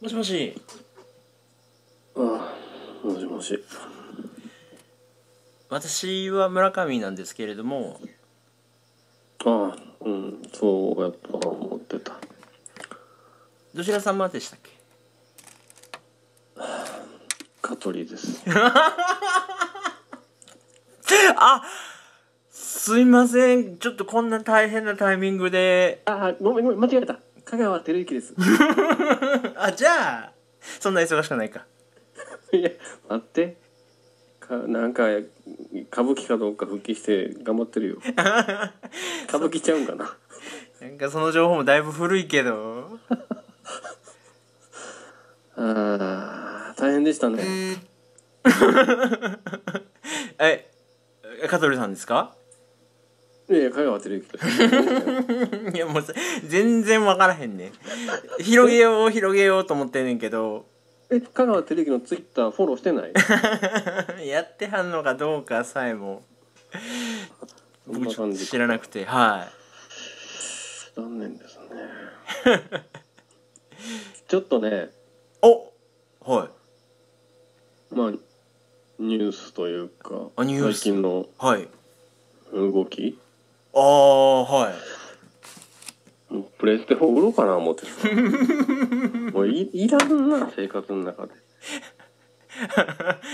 もしもしああもしもし私は村上なんですけれどもああうんそうやっぱ思ってたどちら様でしたっけ香取です あすいませんちょっとこんな大変なタイミングでああごめんごめん間違えた香川照之です あじゃあそんな忙しくないかいや待ってかなんか歌舞伎かどうか復帰して頑張ってるよ歌舞伎ちゃうんかななんかその情報もだいぶ古いけ どああ大変でしたね、え香取さんですかいやいや香川照之ですいやもうさ全然わからへんね 広げよう広げようと思ってんねんけど え香川照之のツイッターフォローしてないやってはんのかどうかさえもそんな感じ知らなくてはい残念ですねちょっとねおはいまあニュースというかあニュース最近のはい動きああはいプレステ4売ろうかな思っ てさもういいらんな生活の中で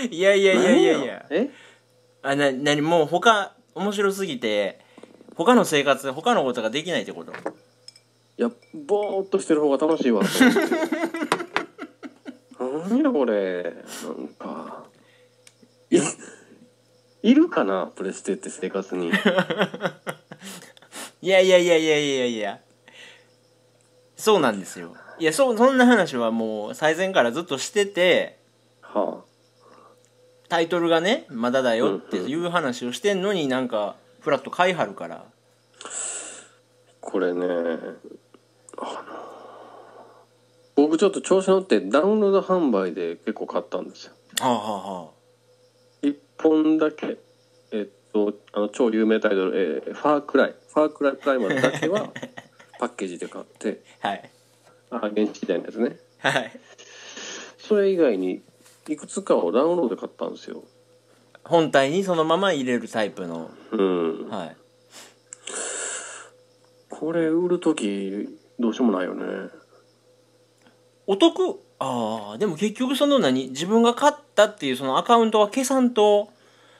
いやいやいやいやいや何えあな何もう他面白すぎて他の生活他のことができないってこといやぼーっとしてる方が楽し いわと思って何だこれなんかいやいるかなプレステって生活 にいやいやいやいやいやいやそうなんですよいやそうそんな話はもう最前からずっとしててはタイトルがねまだだよっていう話をしてんのになんかフラッと買いはるからあこれねあの僕ちょっと調子乗ってダウンロード販売で結構買ったんですよはあはあは一本だけえっとあの超有名タイトル、えーファークライ」「ファークライプライマー」だけは パッケージで買ってあはいあ現地時代のやつねはいそれ以外にいくつかをダウンロードで買ったんですよ本体にそのまま入れるタイプのうんはいこれ売る時どうしようもないよねお得ああでも結局その何自分が買ったっていうそのアカウントは消さんと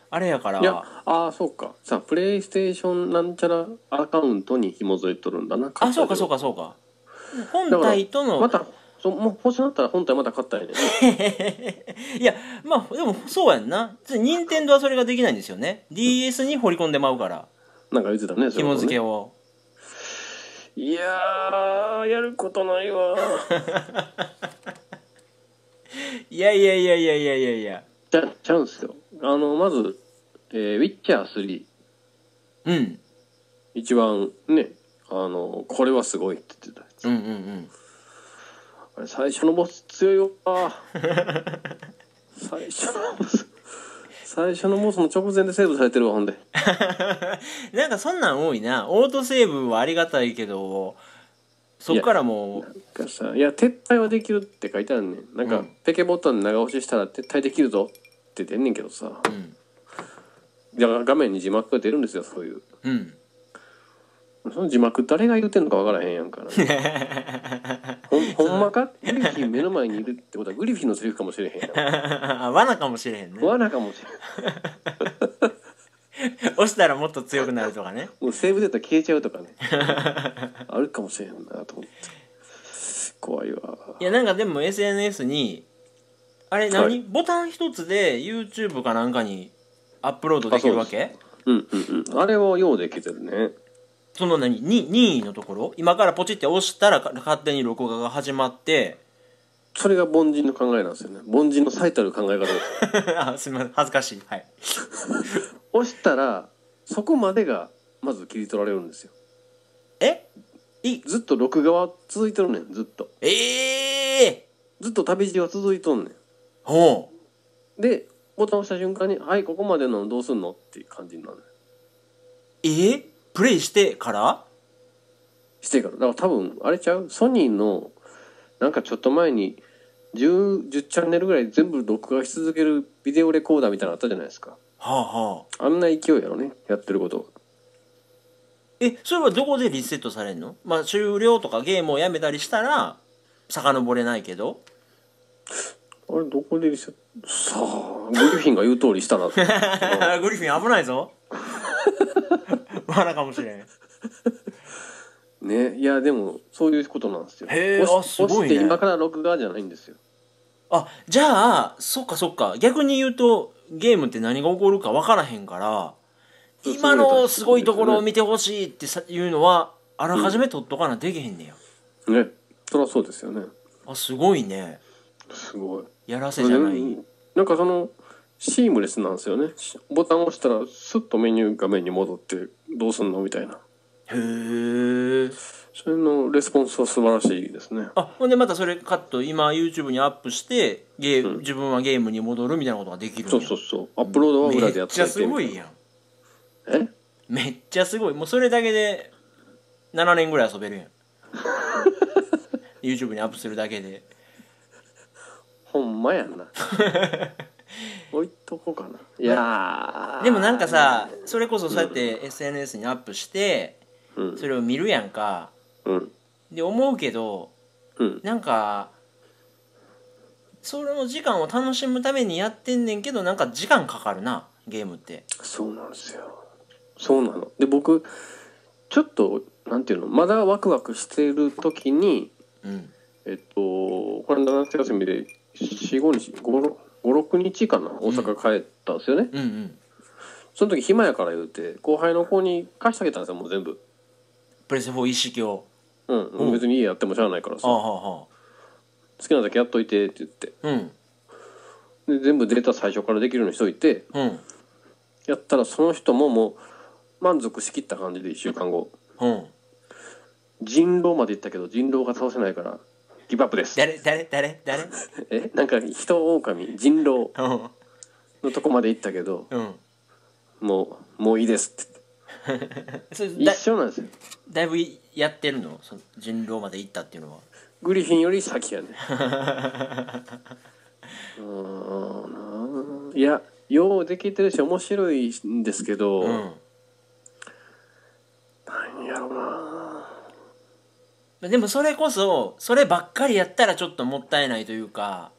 あれやからいやああそうかさあプレイステーションなんちゃらアカウントに紐づいとるんだなあそうかそうかかそうか本体とのまたそもう欲しなったら本体また買ったらいいねいやまあでもそうやんな任天堂はそれができないんですよね DS に掘り込んでまうからなんか言ってたねそれ紐もね付けをいやーやることな いわいやいやいやいやいやいやいやちゃちゃうんすよあのまず、えーウィッチャー3」うん一番ねあのこれはすごいって言ってたうんうんうんあれ最初のボス強いわ 最初のボス最初のボスの直前でセーブされてるわほんでなんかそんなん多いなオートセーブはありがたいけどそっからもうなんかさ「いや撤退はできる」って書いてあるねんなんか、うんペケボタン長押ししたら撤退できるぞって出んねんけどさうんだから画面に字幕が出るんですよそういううん その字幕誰が言ってんのか分からへんやんかなほんほんまかグリフィン目の前にいるってことはグリフィンのセリフかもしれへんやんあ罠かもしれへんね罠かもしれん押したらもっと強くなるとかねもうセーブデータ消えちゃうとかねあるかもしれんなと思って怖いわいやなんかでも SNS にあれ何、はいボタン一つで YouTube かなんかにアップロードできるわけうんうんうんあれはようできてるねその何に任意のところ今からポチって押したらか勝手に録画が始まって それが凡人の考えなんですよね凡人の最たる考え方ですあすみません恥ずかしいはい押したらそこまでがまず切り取られるんですよえいずっと録画は続いてるねんずっとええずっと旅路は続いとんねんほうでボタンを押した瞬間に「はいここまでのどうすんの?」っていう感じになるえー、プレイしてからしてからだから多分あれちゃうソニーのなんかちょっと前に 10, 10チャンネルぐらい全部録画し続けるビデオレコーダーみたいなのあったじゃないですかはあはああんな勢いやろねやってることえそれはどこでリセットされんのまあ終了とかゲームをやめたりしたら遡れないけどあれどこでリセットさあグリフィンが言う通りした なってグリフィン危ないぞ罠かもしれんねいやでもそういうことなんですよへえ押しあすごいね押して今から録画じゃないんですよあじゃあそっかそっか逆に言うとゲームって何が起こるか分からへんからそう今のすごいところを見てほしいってさいうのはあらかじめ取っとかなできへんねや、ねそりゃそうですよねあすごいねすごいやらせじゃない、うんなんかそのシームレスなんですよねしボタンを押したらスッとメニュー画面に戻ってどうすんのみたいなへえそれのレスポンスは素晴らしいですねあほんでまたそれカット今 YouTube にアップしてゲー、自分はゲームに戻るみたいなことができるんやそうそうそうアップロードは裏でやっててめっちゃすごいやんえめっちゃすごいもうそれだけで7年ぐらい遊べるやん YouTube にアップするだけでほんまやな 置いとこうかないやーでもなんかさそれこそそうやって SNS にアップしてうんそれを見るやんかうんで思うけどうんなんかそれの時間を楽しむためにやってんねんけどなんか時間かかるなゲームってそうなんですよそうなので僕ちょっとなんていうのまだワクワクしてる時にうんえっとこれ夏休みで45日56日かな大阪帰ったんですよね、うんうんその時暇やから言うて後輩の子に貸してあげたんですよもう全部プレステ4一式をうん、ん別に家やってもしゃあないからさああは好きなだけやっといてって言ってあはあうんで全部データ最初からできるようにしといてうんやったらその人ももう満足しきった感じで1週間後うん人狼まで行ったけど人狼が倒せないからギブアップです誰誰誰誰 えなんか人狼人狼うんのとこまで行ったけどうんもうもういいですってそれ言だって一緒なんですよだいぶやってるのその人狼まで行ったっていうのはグリフィンより先 やねうーんないやようできてるし面白いんですけど、うんなんやろうなでもそれこそそればっかりやったらちょっともったいないというか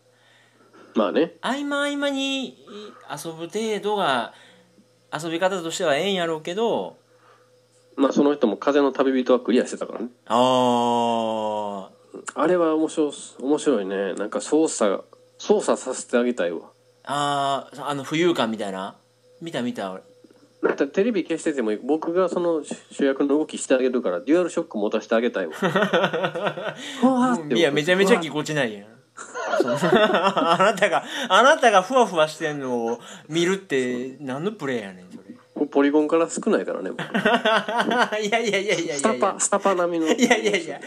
まあね合間合間にい遊ぶ程度が遊び方としてはええんやろうけどまあその人も「風の旅人」はクリアしてたからねああれは面白い面白いねなんか操作操作させてあげたいわあーあの浮遊感みたいな見た見たなんかテレビ消してても僕がその主主役の動きしてあげるからデュアルショック持たせてあげたい わふわーっていやめちゃめちゃぎこちないやんその あなたがあなたがふわふわしてんのを見るって何のプレーやねんそれ 僕ポリゴンから少ないからね僕いやいやいやいやいやスタパスタパ並みの いやいやいやいや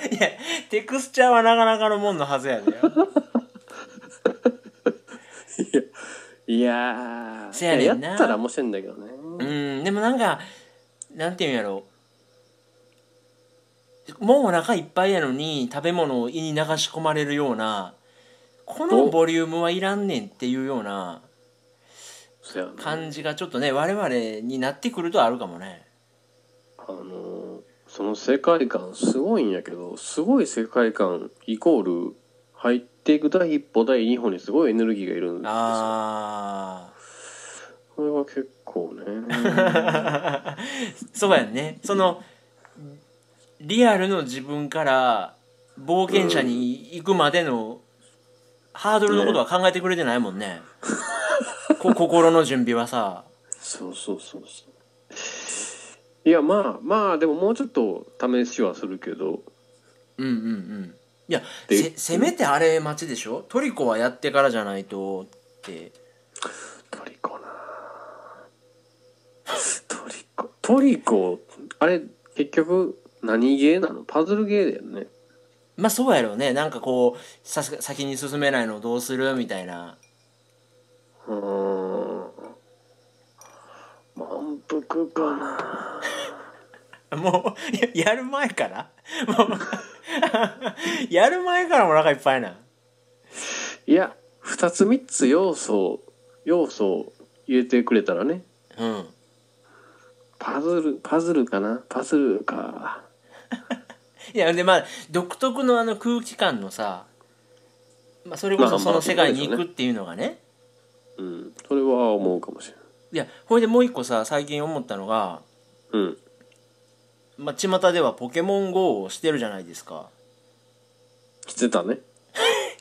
テクスチャーはなかなかのもんのはずやでいやーせやねんなやったら面白いんだけどねうんでもなんかなんていうんやろもうお腹いっぱいやのに食べ物を胃に流し込まれるようなこのボリュームはいらんねんっていうようなそやな感じがちょっとね我々になってくるとあるかもねあのーその世界観すごいんやけどすごい世界観イコール入っていく第一歩第二歩にすごいエネルギーがいるんですよあこれは結構ね あ そうやんねそのリアルの自分から冒険者に行くまでのハードルのことは考えてくれてないもんねこ心の準備はさそうそうそうそういやまあまあでももうちょっと試しはするけどうんうんうんいやでせせめてあれ待ちでしょトリコはやってからじゃないとってトリコなトリコトリコあれ結局何ゲーなのパズルゲーだよねまあそうやろうねなんかこうさす先に進めないのどうするみたいなうーん満腹かなもう ややる前からもう やる前からお腹いっぱいなんいや2つ3つ要素要素を入れてくれたらねうんパズルパズルかなパズルかいやでまあ独特のあの空気感のさ、まあ、それこまあまそあその世界に行くっていうのがねうんそれは思うかもしいやほいでもう一個さ最近思ったのがれないうんまあ巷ではポケモン GO をしてるじゃないですかしてたね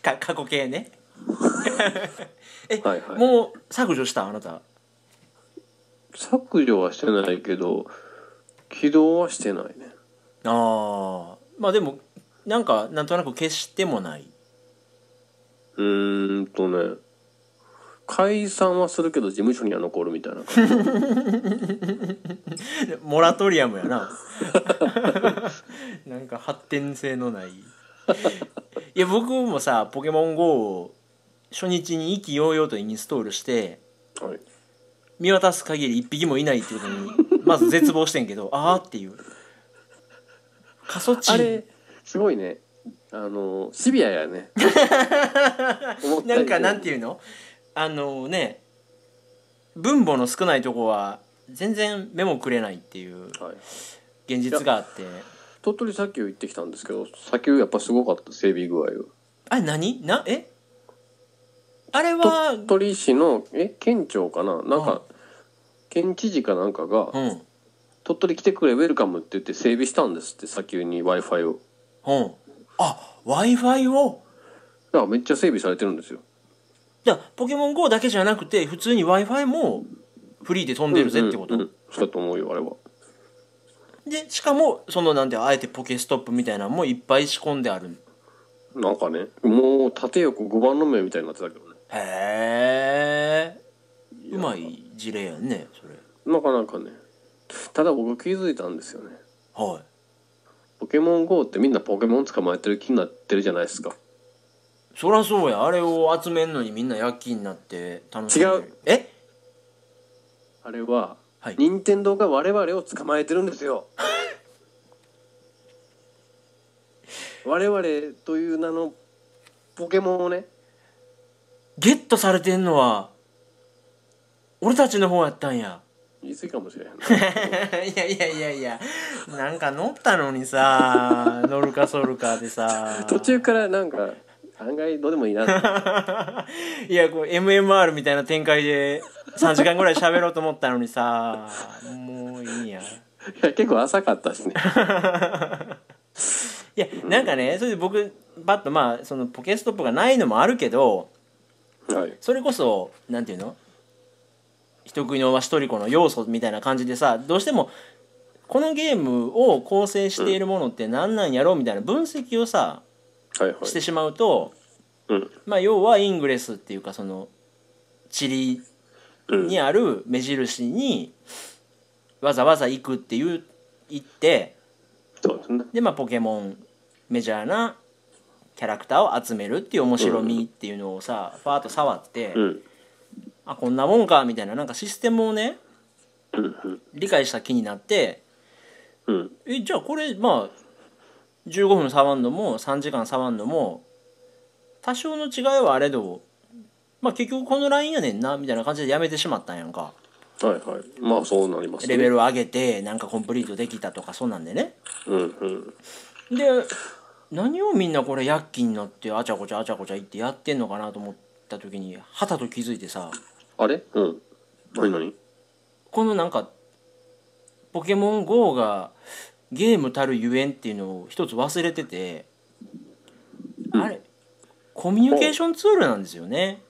か過去形ねえ、はいはいもう削除したあなた削除はしてないけど起動はしてないねあーまあでもなんかなんとなく消してもないうーんとね解散はするけど事務所には残るみたいな感じモラトリアムやな なんか発展性のないいや僕もさ「ポケモン GO」を初日に意気揚々とインストールしてはい 見渡す限り一匹もいないっていうことにまず絶望してんけど ああっていう過疎地あれすごいねあのシビア やね思ったなよんりかなんていうのあのね分母の少ないとこは全然目もくれないっていうはい、現実があって鳥取砂丘行ってきたんですけど砂丘やっぱすごかった整備具合あれ何なえあれがは鳥取市のえ県庁かななんうんか県知事かなんかがうん「鳥取来てくれウェルカム」って言って整備したんですって砂丘に w i f i をうんあ w i f i をだからめっちゃ整備されてるんですよじゃあポケモン GO だけじゃなくて普通に w i f i もフリーで飛んでるぜってこと、うんうんうんそうだと思うよあれはでしかもそのなんてあえてポケストップみたいなのもいっぱい仕込んであるなんかねもう縦横5番の目みたいになってたけどねへえやうまい事例やんねそれなかなかねただ僕気づいたんですよねはいポケモン GO ってみんなポケモン捕まえてる気になってるじゃないですかそらそうやあれを集めんのにみんな躍起になって楽しんでる違うえあれははい任天堂が我々を捕まえてるんで すよ我々という名のポケモンをねゲットされてんのは俺たちの方やったんや言い過ぎかもしれへんな いやいやいやいやなんか乗ったのにさ乗るかそるかで さ途中からなんか案外どうでもい いなっていやこう MMR みたいな展開で3時間ぐらい喋ろうと思ったのにさもういいや いや結構浅かったしねいやなんかねそれで僕バッとまあそのポケストップがないのもあるけどはいそれこそなんていうの人食いのわしとりこの要素みたいな感じでさどうしてもこのゲームを構成しているものって何なんやろうみたいな分析をさはいはいしてしまうと、うんまあ要はイングレスっていうかその地理うんにある目印にわざわざ行くっていう行ってそうですねでまあポケモンメジャーなキャラクターを集めるっていう面白みっていうのをさファーッと触って、うんあこんなもんかみたいななんかシステムをねうんうん理解した気になってうんえじゃあこれまあ15分触んのも3時間触んのも多少の違いはあれどまあ結局このラインやねんなみたいな感じでやめてしまったんやんかはいはいまあそうなりますねレベルを上げてなんかコンプリートできたとかそうなんでねうんうんで何をみんなこれ躍起になってあちゃこちゃあちゃこちゃ言ってやってんのかなと思った時にはたと気づいてさあれうん何何このなんか「ポケモン GO」がゲームたるゆえんっていうのを一つ忘れてて、あれコミュニケーションツールなんですよね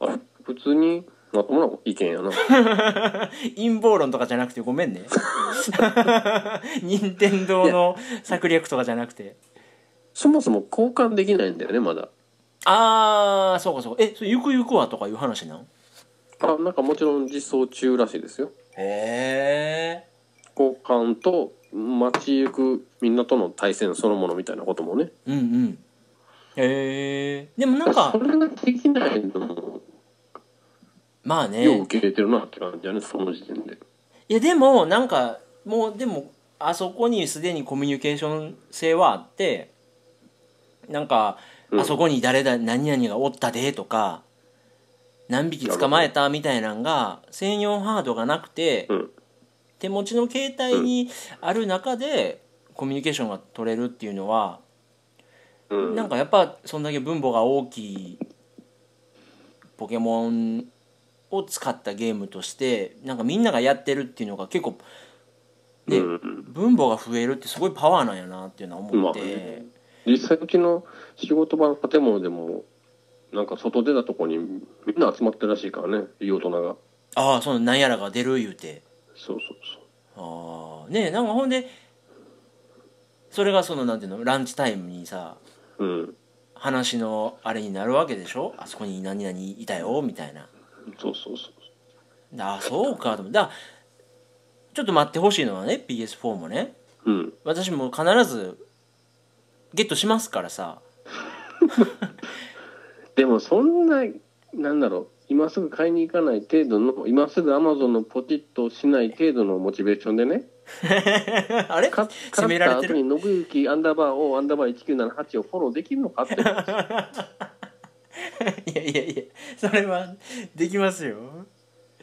あれ普通にまともな意 見やな陰謀論とかじゃなくてごめん ね任天堂の策略とかじゃなくてそもそも交換できないんだよねまだああそうかそうかえそれゆくゆくはとかいう話なんあなんかもちろん実装中らしいですよへえ交換と街行くみんなとの対戦そのものみたいなこともねうんうんへえでもなんかそれができないのもまあねよう受け入れてるなって感じだねその時点でいやでもなんかもうでもあそこにすでにコミュニケーション性はあってなんか、うんあそこに誰だ何々がおったでとか何匹捕まえたみたいなんが専用ハードがなくて、うん手持ちの携帯にある中でコミュニケーションが取れるっていうのは、うんなんかやっぱそんだけ分母が大きいポケモンを使ったゲームとしてなんかみんながやってるっていうのが結構ねうん、分母が増えるってすごいパワーなんやなっていうのは思っまあてね、実際うちの仕事場の建物でもなんか外出たとこにみんな集まってるらしいからねいい大人がああそのなんやらが出る言うてそうそうああねえなんかほんでそれがそのなんていうのランチタイムにさそううん話のあれになるわけでしょあそこに何々いたよみたいなそうそうそうでああそうかと思ってだちょっと待ってほしいのはね PS4 もねうん私も必ずゲットしますからさ でもそんななんだろう今すぐ買いに行かない程度の今すぐアマゾンのポチッとしない程度のモチベーションでねあれ 買っ責買めっらたれて後るに「信行アンダーバーをアンダーバー1978」をフォローできるのかっていやいやいやそれはできますよ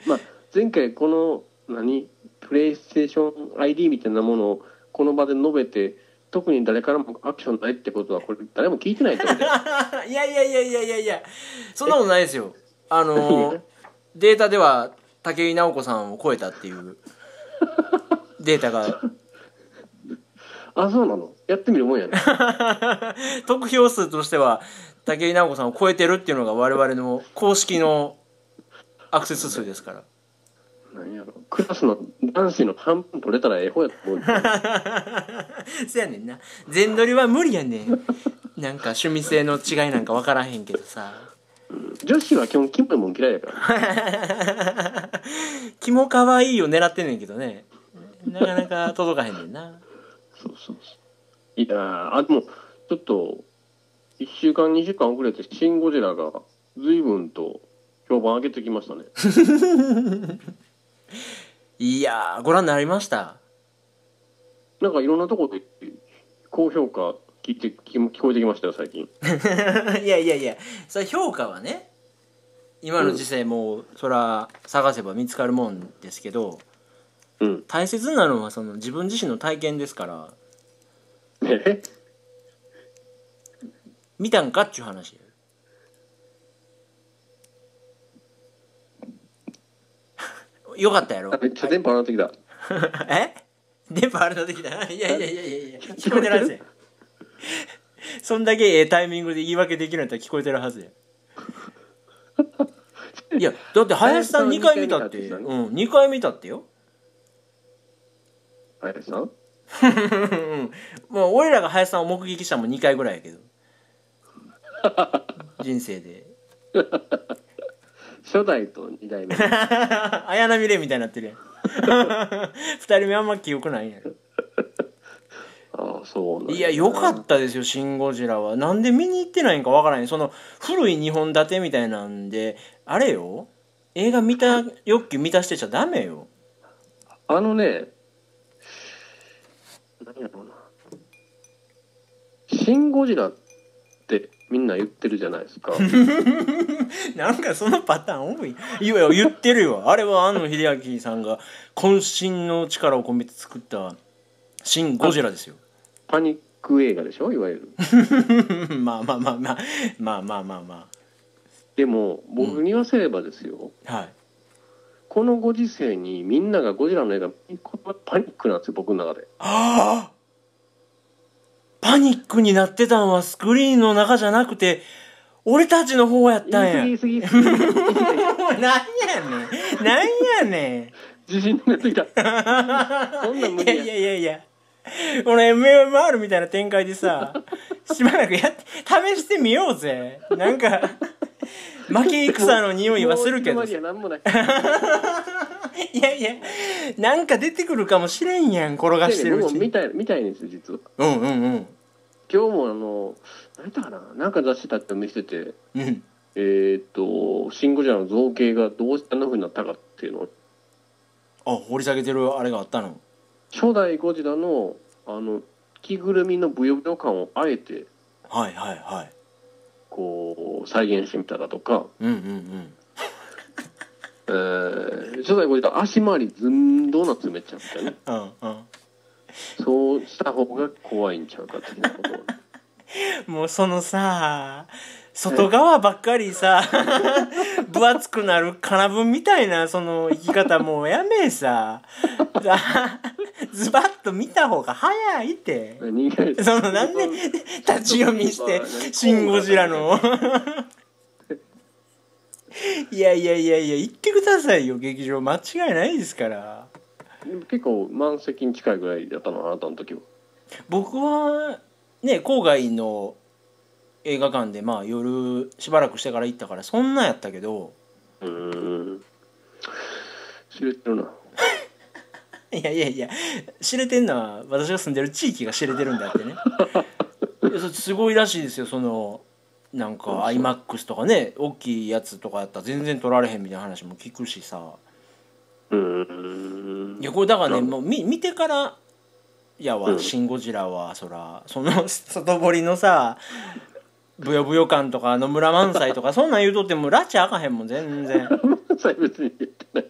まあ前回この何プレイステーション ID みたいなものをこの場で述べて特に誰からもアクションないってことはこれ誰も聞いてないってことだよ いやいやいやいやいやいやそんなことないですよあのーデータでは武井直子さんを超えたっていうデータがあそうなのやってみるもんやね得票数としては武井直子さんを超えてるっていうのが我々の公式のアクセス数ですから 何やろクラスの男子の半分取れたらええ方やと思うよそやねんな全撮りは無理やねんなんか趣味性の違いなんか分からへんけどさ女子は基本キモいもん嫌いやから キモかわいいを狙ってんねんけどねなかなか届かへんねんなそうそうそういやーあでもちょっと1週間2週間遅れて「シン・ゴジラ」が随分と評判上げてきましたね いやーご覧になりました なんかいろんなとこで高評価聞いて聞聞こえてきましたよ最近いやいやいやそれ評価はね今の時世もうそら探せば見つかるもんですけど うん大切なのはその自分自身の体験ですからえ見たんかっちゅう話よ よかったやろ あめっちゃ電波上がってきた え電波あれの時だいやいやいやいやいや聞こえてるはずやそんだけええタイミングで言い訳できるんだったら聞こえてるはずやいやだって林さん2回見たって林さん二回見たって言ってたねうん2回見たってよ林さんうんまあ俺らが林さんを目撃したのも2回ぐらいやけど人生で 初代と2代 目綾波レイみたいになってるやん2人目あん ま記憶ないんやろああそうなんいや良かったですよ「シン・ゴジラは」なんで見に行ってないんかわからないその古い日本立てみたいなんであれよ映画見た欲求満たしてちゃダメよあのね何やろうな「シン・ゴジラ」ってみんな言ってるじゃない ですかなんかそのパターン多いいやいや言ってるよあれは庵野秀明さんが渾身の力を込めて作った「シン・ゴジラ」ですよパニック映画でしょいわゆる まあまあまあまあまあまあまあまでも僕に言わせればですよ、あはいこのご時世にみんながゴジラの映画見ることはパニックなんですよ僕の中でああパニックになってたんはスクリーンの中じゃなくて俺たちの方やったんや言い過ぎ言い過ぎ なんやねん。なんやね自信出てきた そんなんん。無いや理いややいやいや。この MMR みたいな展開で さ、しばらくやって、試してみようぜ。なんか、負け戦の匂いはするけもどうさ。いやなん もないいやいや、なんか出てくるかもしれんやん、転がして僕るうもち見に。たい見たいんですよ実はうんうんうん。今日もあの何やったかななんか雑誌立って見せててうんえーっとシン・ゴジラの造形がどうしてあんなふうになったかっていうのをあ掘り下げてるあれがあったの初代ゴジラのあの着ぐるみのブヨブヨ感をあえてはいはいはいこう再現してみただとか、うんうんうんえー、初代ゴジラ足回り寸胴なつめちゃうみたいなうんうんそうした方が怖いんちゃうか的なことをもうそのさ外側ばっかりさ分厚くなる金分みたいなその生き方もうやめさズバッと見た方が早いって 人間そのなんで立ち読みして「シン・ゴジラ」のいやいやいやいや言ってくださいよ劇場間違いないですからでも結構満席に近いぐらいだったのあなたの時は僕はね郊外の映画館でまあ夜しばらくしてから行ったからそんなんやったけどうーん知れてるないやいやいや知れてんのは私が住んでる地域が知れてるんだ ってねいやそすごいらしいですよそのなんかそうそう iMAX とかね大きいやつとかやったら全然撮られへんみたいな話も聞くしさうーんいやこれだからねうんもう見見てからやわ「うんシン・ゴジラは」そらその 外堀のさブヨブヨ感とか野村萬斎とかそんなん言うとっても拉致あかへんもん全然 村松別に言ってない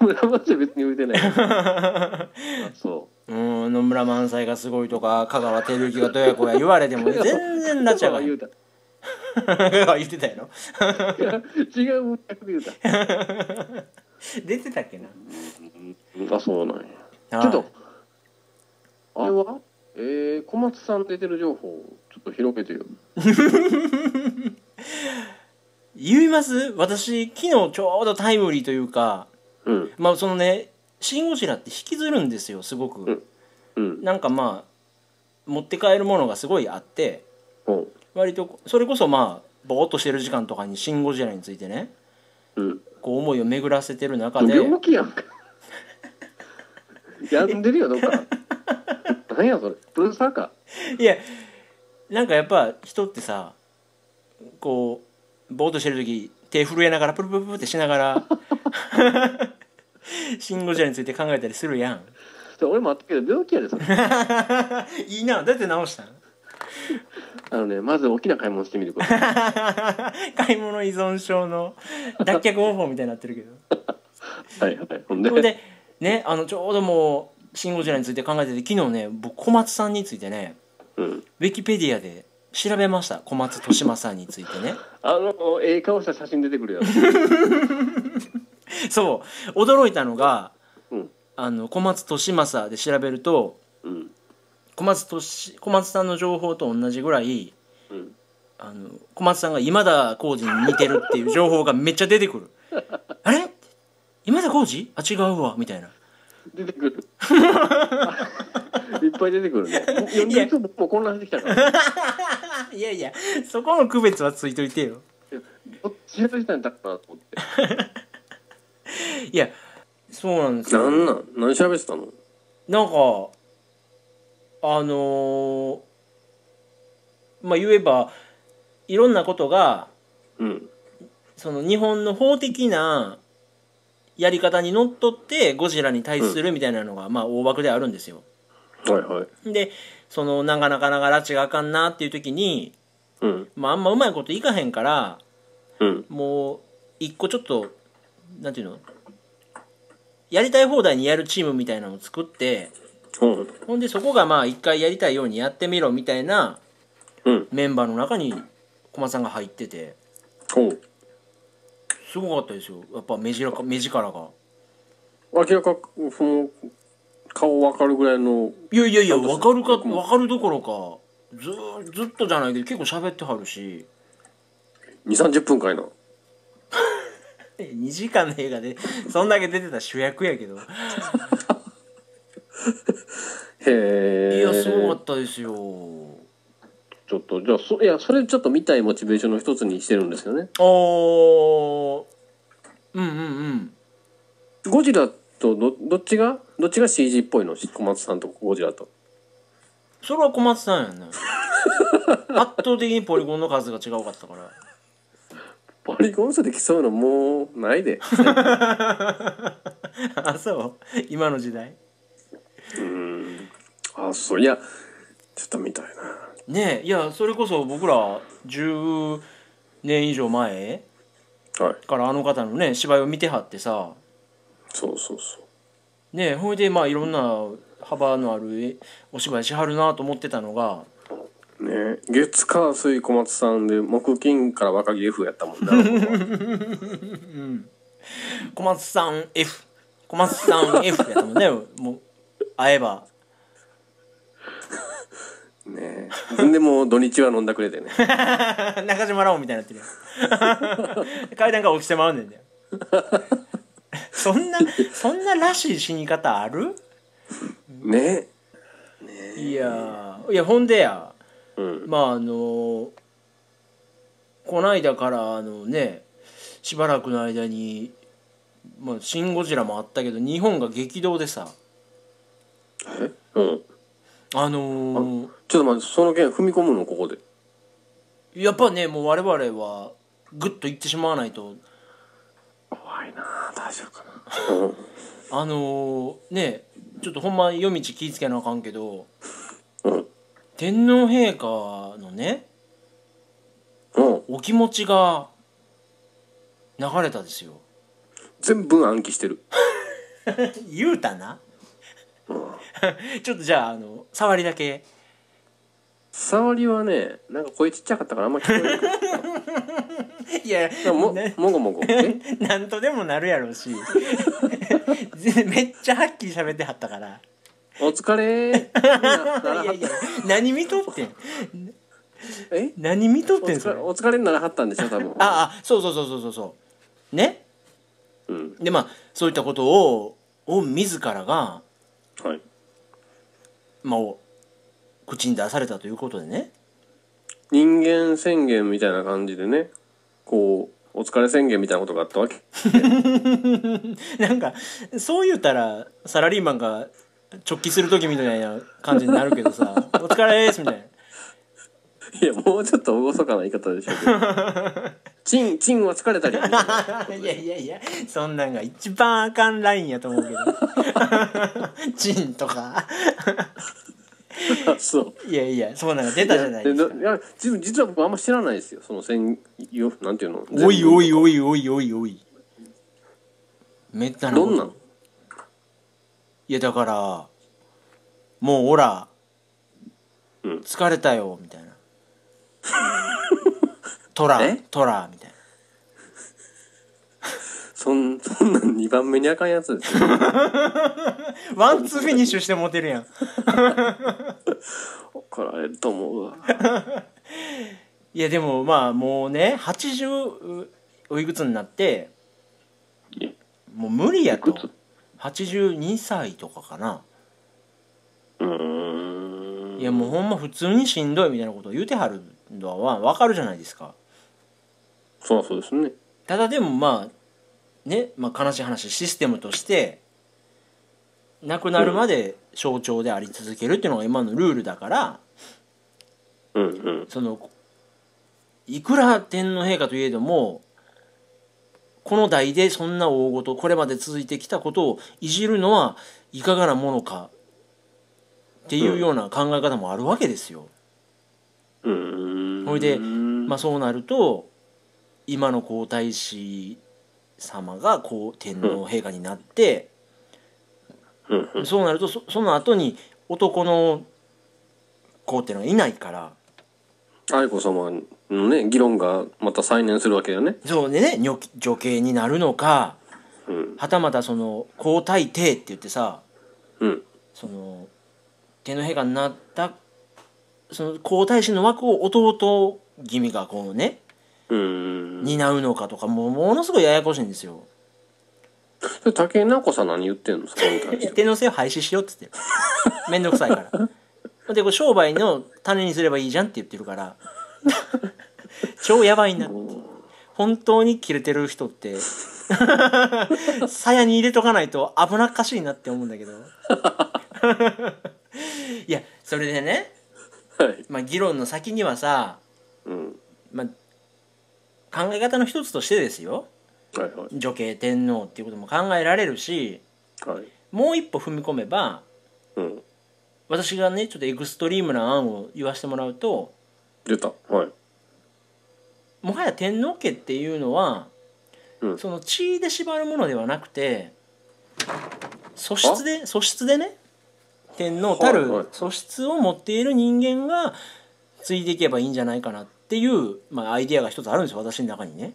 村松別に 言ってないあそうん野村萬斎がすごいとか香川照之がどやこや言われても全然う拉致あかへ言んうた香 川言ってたやろいや違う文脈で言うた出てたっけなうんあそうなんやちちょっとあれはえー、小松さん出てる情報をちょっと広げてよ言います私昨日ちょうどタイムリーというかうんまあそのね「シン・ゴジラ」って引きずるんですよすごく。んうんなんかまあ持って帰るものがすごいあってうん割とこそれこそまあぼーっとしてる時間とかに「シン・ゴジラ」についてねうんこう思いを巡らせてる中で病気や んか病んでるよどっか何やそれプルーサーかいやなんかやっぱ人ってさこうぼーっとしてる時手震えながらプルプルプルってしながら 「シン・ゴジラ」について考えたりするやん。ちょ俺もあったけど病気やでそれいいなだって直したん あのねまず大きな買い物してみる ことあ買い物依存症の脱却方法みたいになってるけど。はいはいほんでほんでねあのちょうどもう「シン・ゴジラ」について考えてて昨日ね僕小松さんについてねうん、ウィキペディアで調べました小松利正さんについてね あのええ顔した写真出てくるやつそう驚いたのがうんあの小松利正で調べるとうん小松利小松さんの情報と同じぐらいうんあの小松さんが今田耕司に似てるっていう情報がめっちゃ出てく るあれ今田耕司あ違うわみたいな出てくる いっぱい出てくるね読んでると僕も混乱してきたからあ いやいやそこの区別はついといてよどっちやったんだったかなと思っていやそうなんですよなんなん何喋ってたのなんかあのーまあ言えばいろんなことがうんその日本の法的なやり方にのっとってゴジラに対するみたいなのが、まあ大枠であるんですよ。はいはいでそのなかなかなか拉致があかんなっていう時に、うんまあ、あんまうまいこといかへんからうんもう一個ちょっとなんていうのやりたい放題にやるチームみたいなのを作ってうんほんでそこがまあ一回やりたいようにやってみろみたいなうんメンバーの中に駒さんが入っててほうすごかったですよやっぱ目力目力が明らかくその顔わかるぐらいのいやいやいやなんか分かるか僕も分かるどころかずーずっとじゃないけど結構喋ってはるし2 3 0分かいな2時間の映画でそんだけ出てた主役やけどいへえやすごかったですよちょっとじゃあそいやそれちょっと見たいモチベーションの一つにしてるんですよねあーうんうんうんゴジラとどどっちがどっちが CG っぽいの小松さんとゴジラと それは小松さんやな圧倒的にポリゴンの数が違うかったからポリゴン数で競うのもうない であそう今の時代うんあそういやちょっと見たいなねえいやそれこそ僕ら10年以上前はいからあの方のね芝居を見てはってさそうそうそうねえほいでまあいろんな幅のあるお芝居しはるなと思ってたのがね月火水小松さんで木金から若木 F やったもんなうん小松さん F 小松さん F やったもんねもう会えば ねでも土日は飲んだくれてね中島ラオンみたいになってるやん 階段から起きてまうねんだよ そんなそんならしい死に方あるねいやーいやほんでやうんまああのーこないだからあのねしばらくの間に「まあ、シン・ゴジラ」もあったけど日本が激動でさうんあのーちょっと待ってその件踏み込むのここでやっぱねもう我々はグッと行ってしまわないと怖いな大丈夫かなうんあのーねちょっとほんま夜道気ぃつけなあかんけどうん天皇陛下のねうんお気持ちが流れたですよ全部暗記してる言うたなうんちょっとじゃああの触りだけ触りはねなんか声ちっちゃかったからあんま聞こえないいやでももねもごもごえなんとでもなるやろうし めっちゃはっきり喋ってはったからお疲れーいやいや何見とってんえ何見とっおてんそ疲れれあお疲れにならはったんでしょ多分あそうそうそうそうそうそうねうんでまあそういったことをを自らが、はいまあ、お口に出されたということでね人間宣言みたいな感じでねこうお疲れ宣言みたいなことがあったわけ なんかそう言うたらサラリーマンが直帰する時みたいな感じになるけどさ「お疲れです」みたいないやもうちょっと厳かな言い方でしょうけど チンチンは疲れたりみたいないやいやいやそんなんが一番あかんラインやと思うけど チンとかあそういやいやそうなんか出たじゃないでですなかいや実実は僕あんま知らないですよその宣よなんていうのおいおいよおいおいおいおいめったなこどとんなんいやだからもうオラ、うん疲れたよみたい なトラえトラみたいなそんそんなん2番目にあかんやつですよ ワンツーフィニッシュしてモテるやん怒られると思うわいやでもまあもうね80うおいくつになっていやもう無理やいとくつ82歳とかかな、うーんいやもうほんま普通にしんどいみたいなことを言うてはるのはわかるじゃないですかそうそうですねただでもまあね、まあ、悲しい話システムとして亡くなるまで象徴であり続けるっていうのが今のルールだからうんうんそのいくら天皇陛下といえどもこの代でそんな大ごとこれまで続いてきたことをいじるのはいかがなものかっていうような考え方もあるわけですよ。うーんほいでままあ、そうなると今の皇太子様がこう天皇陛下になって、うんうんそうなるとそその後に男の子っていうのがいないから愛子様のね議論がまた再燃するわけだよねそうでね女女系になるのかうんはたまたその皇太帝って言ってさうんその天皇陛下になったその皇太子の枠を弟君がこうねうーん担うのかとかもうものすごいややこしいんですよ。それ竹井直子さん何言ってんのそこに 対して天皇制を廃止しようって言ってるめんどくさいからでこれ商売の種にすればいいじゃんって言ってるから超やばいなって本当にキレてる人って鞘に入れとかないと危なっかしいなって思うんだけどいやそれでねはい。まあ、議論の先にはさ、うん。まあ、考え方の一つとしてですよはいは女系天皇っていうことも考えられるしい。はい。もう一歩踏み込めばうん。私がねちょっとエクストリームな案を言わせてもらうと出た。はい。もはや天皇家っていうのは、うんその地位で縛るものではなくて素質で素質でね天皇たはいはいる素質を持っている人間が継いでいけばいいんじゃないかなっていう、まあ、アイディアが一つあるんですよ私の中にね。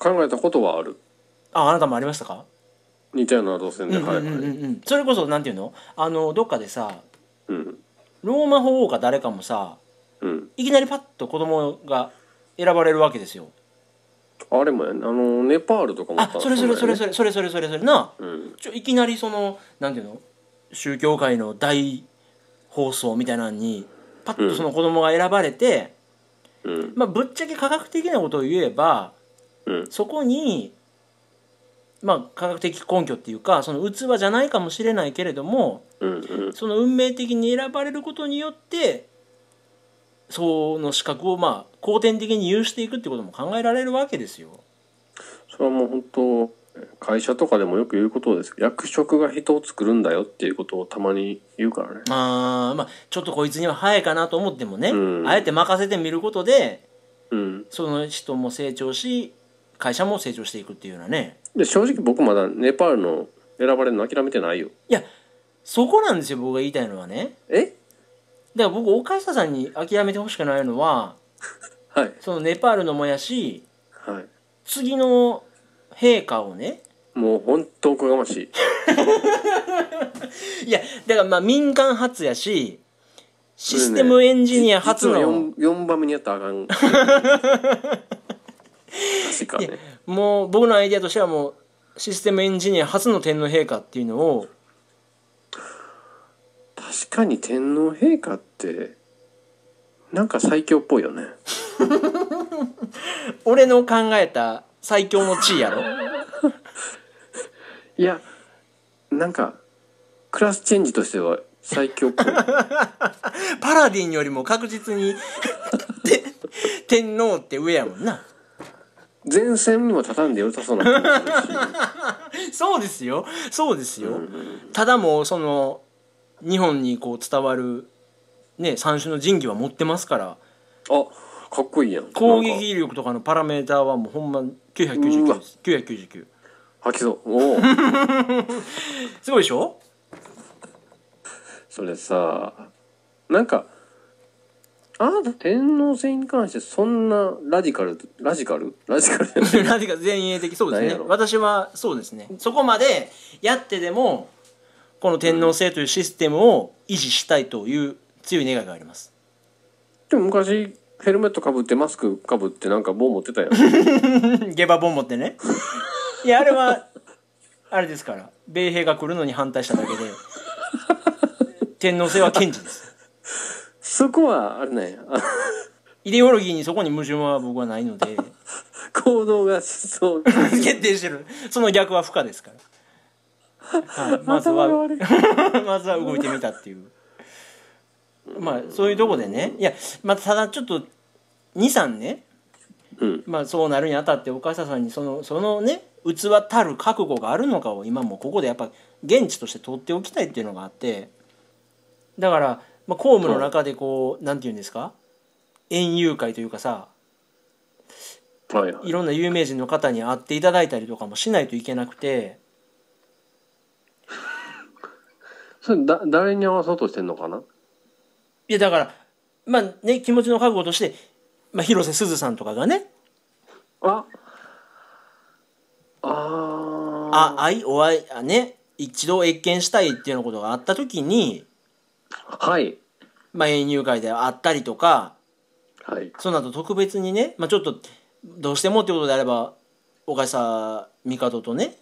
考えたことはある。ああなたもありましたか似たような路線うで。んはういんうんうはい。んうんそれこそなんていうのあのどっかでさうん。ローマ法王か誰かもさうん。いきなりパッと子供が選ばれるわけですよ。あれもやね。あの、ネパールとかもあそれそれそれそれ。れそれそれそれそれなうん。ちょいきなりそのなんていうの宗教界の大放送みたいなのにパッとその子供が選ばれて、うん。まあ、ぶっちゃけ科学的なことを言えばうん。そこに、まあ、科学的根拠っていうかその器じゃないかもしれないけれどもうん。うん。その運命的に選ばれることによってその資格をまあ後天的に有していくってことも考えられるわけですよ。それはもう本当会社とかでもよく言うことですけど役職が人を作るんだよっていうことをたまに言うからねあーまあちょっとこいつには早いかなと思ってもね、うんあえて任せてみることでうんその人も成長し会社も成長していくっていうようなねで正直僕まだネパールの選ばれるの諦めてないよそこなんですよ僕が言いたいのはねえだから僕岡下さんに諦めてほしくないのははいそのネパールのもやしはい次の陛下をねもう本当おこがましいいやだからまあ民間初やし システムエンジニア初実はの、 4, 4番目にやったらあ かん確かねもう僕のアイデアとしてはもうシステムエンジニア初の天皇陛下っていうのを確かに天皇陛下ってなんか最強っぽいよね俺の考えた最強の地位やろいやなんかクラスチェンジとしては最強 っぽいパラディンよりも確実にて 天皇って上やもんな前線にも畳んで良さそうな気もす るしそうですよそうですよ、うんただもうその日本にこう伝わるね三種の神器は持ってますからあかっこいいやん攻なんか撃力とかのパラメーターはもうほんま999です999吐きそうおおすごいでしょそれさなんかあなた天皇制に関してそんなラジカルラジカルラジカ ルじゃない なぜか前衛的そうですなんねやろ私はそうですねそこまでやってでもこの天皇制というシステムを維持したいという強い願いがありますでも昔ヘルメットかぶってマスクかぶってなんか棒持って たやん 下馬本持ってね いやあれはあれですから米兵が来るのに反対しただけで天皇制は堅持 ですそこはあれねあイデオロギーにそこに矛盾は僕はないので行動がそう 決定してるその逆は不可ですから、はい、まず頭がは悪い まずは動いてみたっていうまあそういうとこでねいや、まあ、ただちょっと23ね、うんまあ、そうなるにあたって岡下さんにそのそのね器たる覚悟があるのかを今もうここでやっぱ現地として取っておきたいっていうのがあってだから、まあ、公務の中でこうなんて言うんですか園遊会というかさはいはいいろんな有名人の方に会っていただいたりとかもしないといけなくてそれだ誰に合わそうとしてんのかないやだからまあね気持ちの覚悟として、まあ、広瀬すずさんとかがねああーあ愛お会いあね一度謁見したいっていうようなことがあった時に、はいまあ、園遊会で会ったりとかはいその後特別にね、まあ、ちょっとどうしてもってことであれば岡下帝とね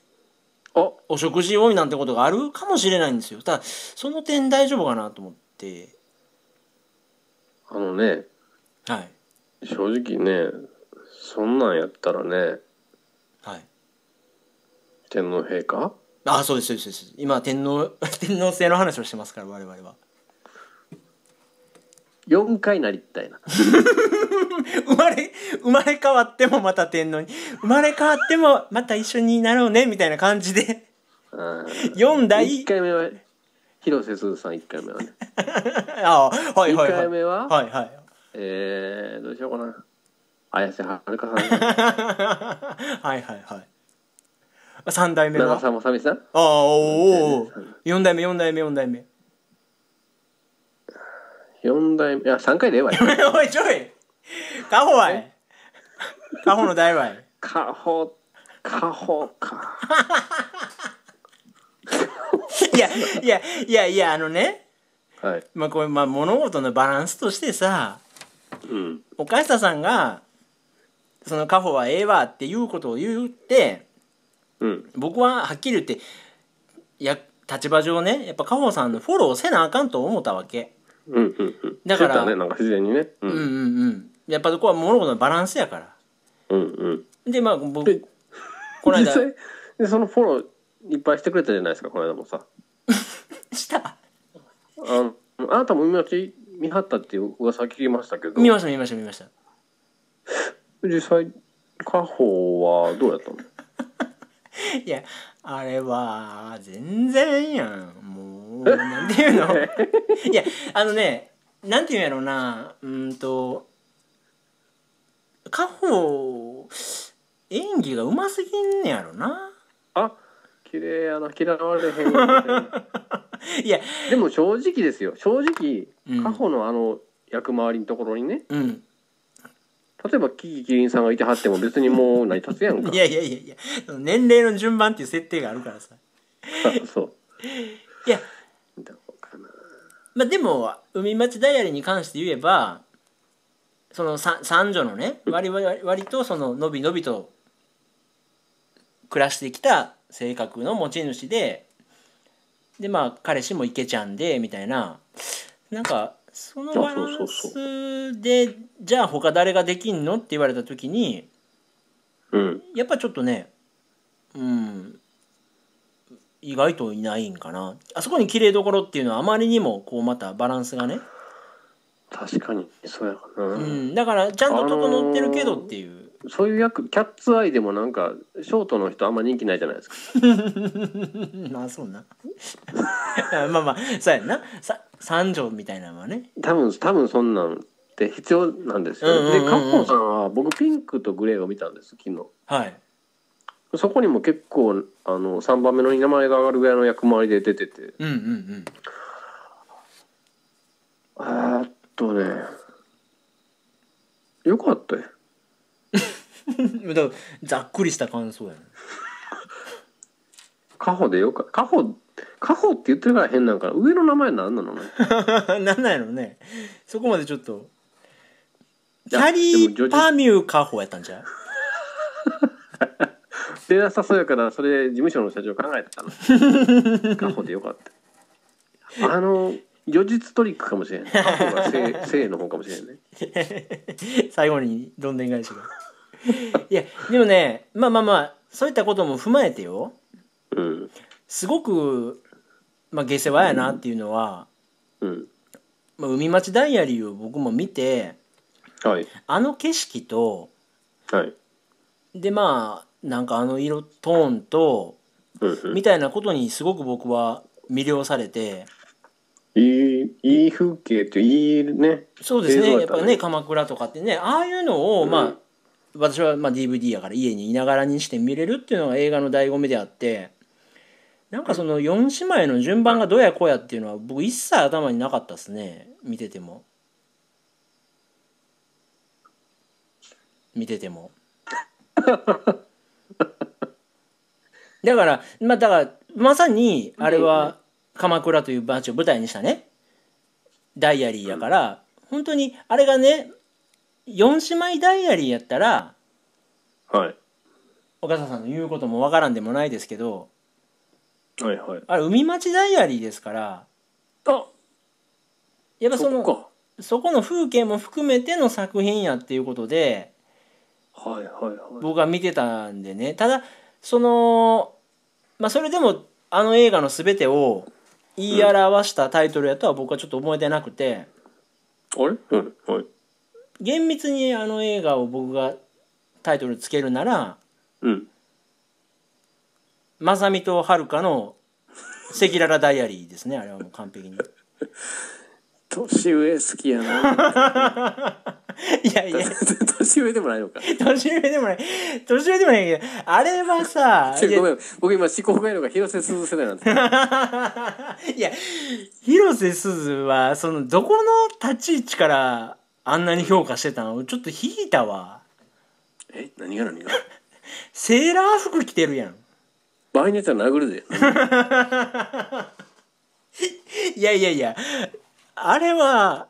あお食事多いなんてことがあるかもしれないんですよただその点大丈夫かなと思ってあのねはい正直ねそんなんやったらねはい天皇陛下ああそうですそうですそうです 今天皇天皇制の話をしてますから我々は4回なりた いな生まれ生まれ変わってもまた天皇に生まれ変わってもまた一緒になろうねみたいな感じで4 4代1回目は広瀬すずさん1回目はねああはいはいは二い回目ははい はいえー、どうしようかな綾瀬は るかさんはいはいはい3代目は長澤まさみさんああおーおー4代目4代目4代目 4代目いや3回でええわよおいちょいカホわいカホの代わいカホカホかいやいやいやいやあのねはいまあこれまあ物事のバランスとしてさうん岡下さんが「そのカホはええわ」っていうことを言ってうん僕ははっきり言ってや立場上ねやっぱカホさんのフォローせなあかんと思ったわけうんうんうんだからしてたねなんか自然にねううんうんんうんやっぱそこは物事のバランスやからうんうんでまあで僕この実間際でそのフォローいっぱいしてくれたじゃないですかこの間もさしたあのあなたも見まち見張ったっていう噂聞きましたけど見ました見ました見ました実際家宝はどうやったのいやあれは全然やんもうなんていうのいやあのねなんていうんやろうなうーんと家宝演技がうますぎんねやろなあ綺麗やな嫌われへんみたい ないやでも正直ですよ正直うん家宝のあの役回りのところにねうん例えばキキキリンさんがいてはっても別にもう成り立つやんかいやいやいやいやその年齢の順番っていう設定があるからさ そういやどうかなまあでも「海町ダイアリー」に関して言えばそのさ三女のね割割割とそののびのびと暮らしてきた性格の持ち主ででまあ彼氏もイケちゃんでみたいななんかそのバランそうそうスでじゃあ他誰ができんのって言われた時にうんやっぱちょっとねうん意外といないんかなあそこに綺麗どころっていうのはあまりにもこうまたバランスがね確かにそうやかな、うん、だからちゃんと整ってるけどっていう、そういう役キャッツアイでもなんかショートの人あんま人気ないじゃないですかまあそうな まあまあそうやんなさ三条みたいなのはね多分多分そんなんって必要なんですうんうんうよ、んうでんカッコさんは僕ピンクとグレーを見たんです昨日はいそこにも結構あの3番目の名前が上がるぐらいの役回りで出ててうんうんうんえーっとねよかったよだからざっくりした感想やねカホでよかカホカホって言ってるから変なんかな上の名前なんなのねなん なんやろうねそこまでちょっといキやャリでもジョーージパミューカホやったんじゃう出なさそうやからそれ事務所の社長考え たなカホでよかったあの叙述トリックかもしれんカホが性性の方かもしれんね 最後にどんでん返しがいやでもねまあまあまあそういったことも踏まえてようんすごく、まあ、下世話やなっていうのは、うんまあ、海町ダイアリーを僕も見てはいあの景色とはいでまあなんかあの色トーンとうんうんみたいなことにすごく僕は魅了されていいいい風景っていいねそうですね映像やっやったねぱね鎌倉とかってねああいうのをまあ、うん私はまあ DVD やから家にいながらにして見れるっていうのが映画の醍醐味であってなんかその4姉妹の順番がどうやこうやっていうのは僕一切頭になかったですね見てても見ててもだからまあだからまさにあれは鎌倉という町を舞台にしたねダイアリーやから本当にあれがね4姉妹ダイアリーやったらはい岡田さんの言うこともわからんでもないですけどはいはいあれ海町ダイアリーですからあやっぱそそのっそかこの風景も含めての作品やっていうことではいはいはい僕は見てたんでねただそのまあそれでもあの映画の全てを言い表したタイトルやとは僕はちょっと思えてなくてあれうんはい厳密にあの映画を僕がタイトルつけるならうんまさみとはるかの赤裸々ダイアリーですねあれはもう完璧 に年上好きやな いやいや年上でもないのか年上でもない年上でもないけどあれはさ ちょごめん僕今思考回路が広瀬すず世代なんです よいや広瀬すずはそのどこの立ち位置からあんなに評価してたのちょっと引いたわえ何が何がセーラー服着てるやん場合によっては殴るでいやいやいやあれは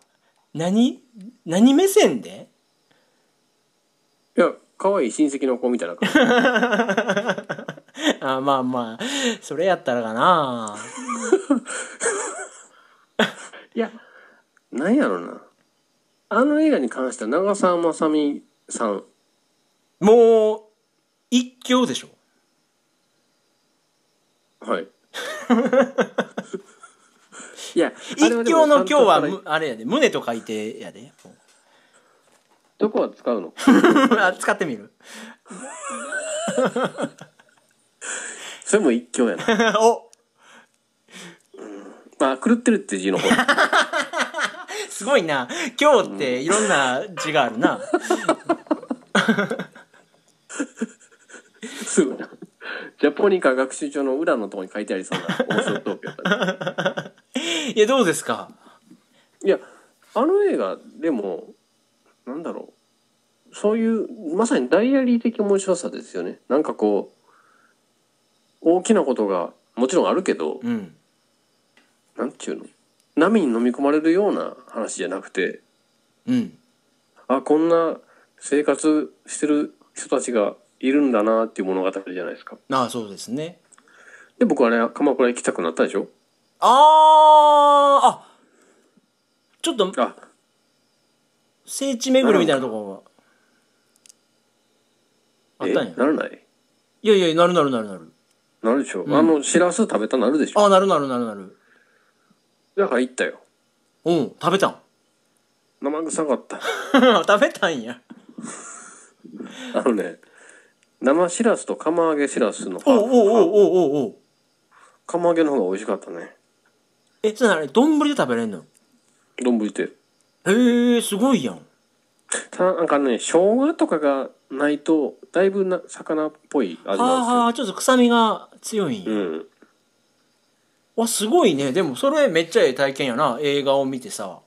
何何目線でいや可愛い親戚の子みたいな感じあまあまあそれやったらかないやなんやろなあの映画に関しては長澤まさみさんもう一強でしょ はいいやあれ一はでも強の今日は監督むからあれやで胸と書いてやでどこは使うの あ使ってみる それも一興や なおまあ狂ってるっていう字の方すごいな今日っていろんな字があるなすごいなジャポニカ学習帳の裏のとこに書いてありそうな面白いトークやったねいやどうですかいやあの映画でもなんだろうそういうまさにダイアリー的面白さですよねなんかこう大きなことがもちろんあるけどうんなんちゅうの波に飲み込まれるような話じゃなくてうんあこんな生活してる人たちがいるんだなっていう物語じゃないですかああそうですねで僕あれ鎌倉行きたくなったでしょあーあちょっとあ聖地巡るみたいなとこがあっえたんやならないいやいやなるなるなるなるなるでしょ、あのしらす食べたなるでしょああなるなるなるなるだから行ったようん食べたん生臭かった 食べたんや あのね生しらすと釜揚げしらすのおうおうおあうおうおうおう釜揚げの方が美味しかったねえそれあれ丼で食べれんの丼ぶりてへえすごいやんただなんかね生姜とかがないとだいぶな魚っぽい味はあはなんあでちょっと臭みが強いんすや、ようんわすごいねでもそれめっちゃええ体験やな映画を見てさ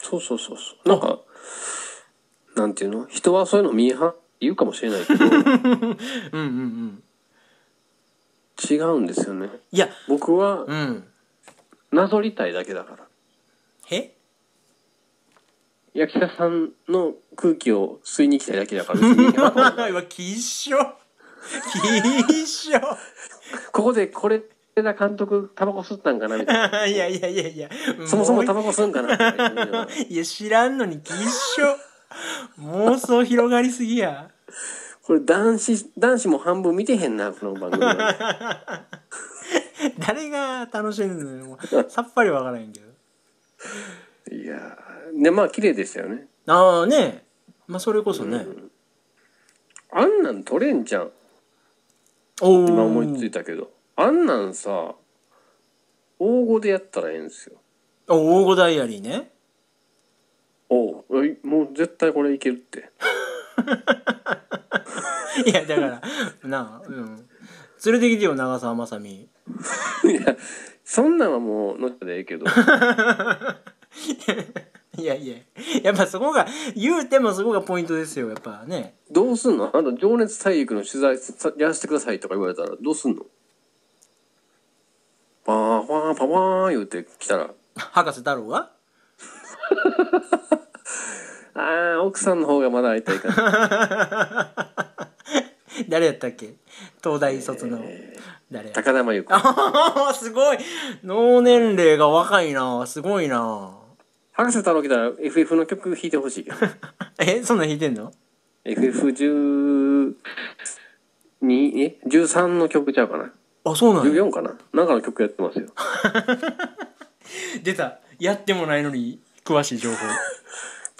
そうそうそうそうなんかなんていうの人はそういうのミーハーって言うかもしれない けどうんうんうん違うんですよねいや僕はうんなぞりたいだけだからえ焼き田さんの空気を吸いに行きたいだけだから別にう わきっしょきっしょここでこれだ監督タバコ吸ったんかなみた いないや いやいやいやそもそもタうバコ吸うんかなみたいないや知らんのにきっし ょ妄想広がりすぎやこれ男子男子も半分見てへんなこの番組は誰が楽しんでるのもうさっぱりわからへんけどいやーでまあ綺麗でしたよねああねまあそれこそね、あんなん撮れんじゃんおお今思いついたけどあんなんさ大語でやったらええんですよお大御ダイアリーねおうえもう絶対これいけるって いやだからなあうん連れてきてよ長澤まさみ いやそんなんはもうのっちゃでええけどいやいややっぱそこが言うてもそこがポイントですよやっぱねどうすんのあんた「情熱大陸」の取材さやらせてくださいとか言われたらどうすんのパーパーパーパー言うてきたら博士太郎があー奥さんの方がまだ会いたいから 誰やったっけ東大卒の誰や 高田真由子あーすごい脳年齢が若いなすごいな博士太郎来たら FF の曲弾いてほしいけどえそんなん弾いてんの FF12 え13の曲ちゃうかなあそうなんや14かななんかの曲やってますよ出たやってもないのに詳しい情報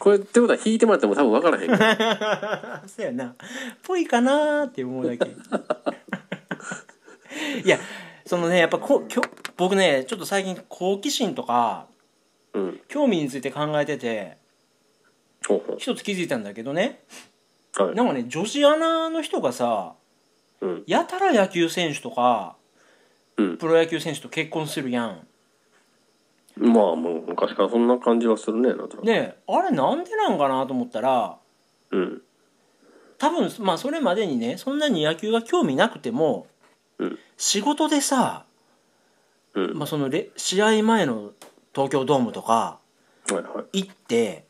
これってことは弾いてもらっても多分分からへんから そうやなぽいかなーって思うだ けいやそのねやっぱこきょ僕ねちょっと最近好奇心とかうん興味について考えててほうほ一つ気づいたんだけどねうはい なんかね女子アナの人がさうんやたら野球選手とかうんプロ野球選手と結婚するやんまあもう昔からそんな感じはするねなんとなくであれなんでなんかなと思ったらうん多分まあそれまでにねそんなに野球が興味なくても、うん仕事でさ、うんまあ、そのレ試合前の東京ドームとかはいはい行って、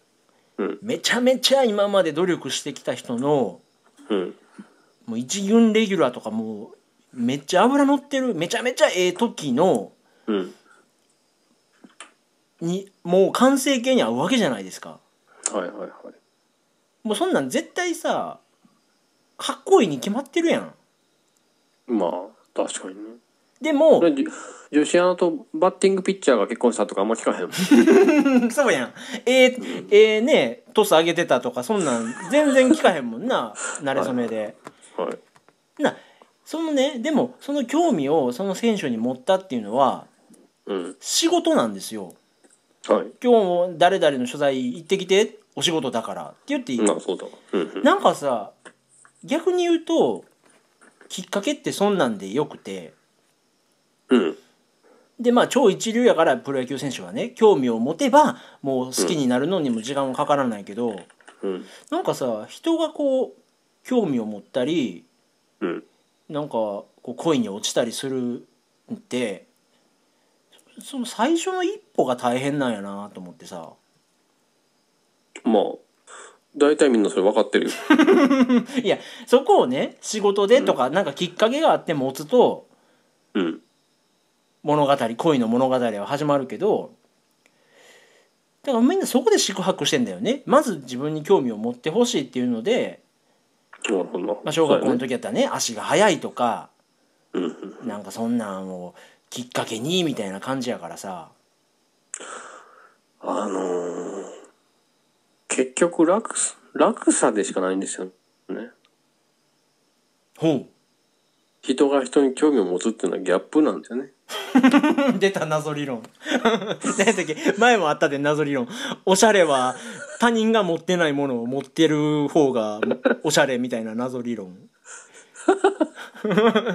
うんめちゃめちゃ今まで努力してきた人のうんもう一軍レギュラーとかもうめっちゃ脂乗ってるめちゃめちゃええ時のうんにもう完成形に合うわけじゃないですか。はいはいはいもうそんなん絶対さかっこいいに決まってるやん。まあ確かにねでもこ れじ女子アナとバッティングピッチャーが結婚したとかあんま聞 かへんもんそうやん。えーえーねトス上げてたとかそんなん全然聞かへんもんな慣れ初めで。はいなそのねでもその興味をその選手に持ったっていうのはうん仕事なんですよ。はい今日も誰々の取材行ってきてお仕事だからって言っていい、なそうだうんうんなんかさ逆に言うときっかけってそんなんでよくて。うんでまあ超一流やからプロ野球選手はね興味を持てばもう好きになるのにも時間はかからないけど、うんなんかさ人がこう興味を持ったりうんなんかこう恋に落ちたりするってその最初の一歩が大変なんやなと思ってさまあ大体みんなそれ分かってるよいやそこをね仕事でとかなんかきっかけがあって持つとうん物語恋の物語は始まるけどだからみんなそこで宿泊してんだよねまず自分に興味を持ってほしいっていうので、なるほどな、まあ、小学校の時時やったらね足が速いとかうんうんなんかそんなんをきっかけにみたいな感じやからさあのー結局落落差でしかないんですよねほ人が人に興味を持つっていうのはギャップなんですよねう 出た謎理論 何やったっけ前もあったで謎理論おしゃれは他人が持ってないものを持ってる方がおしゃれみたいな謎理 論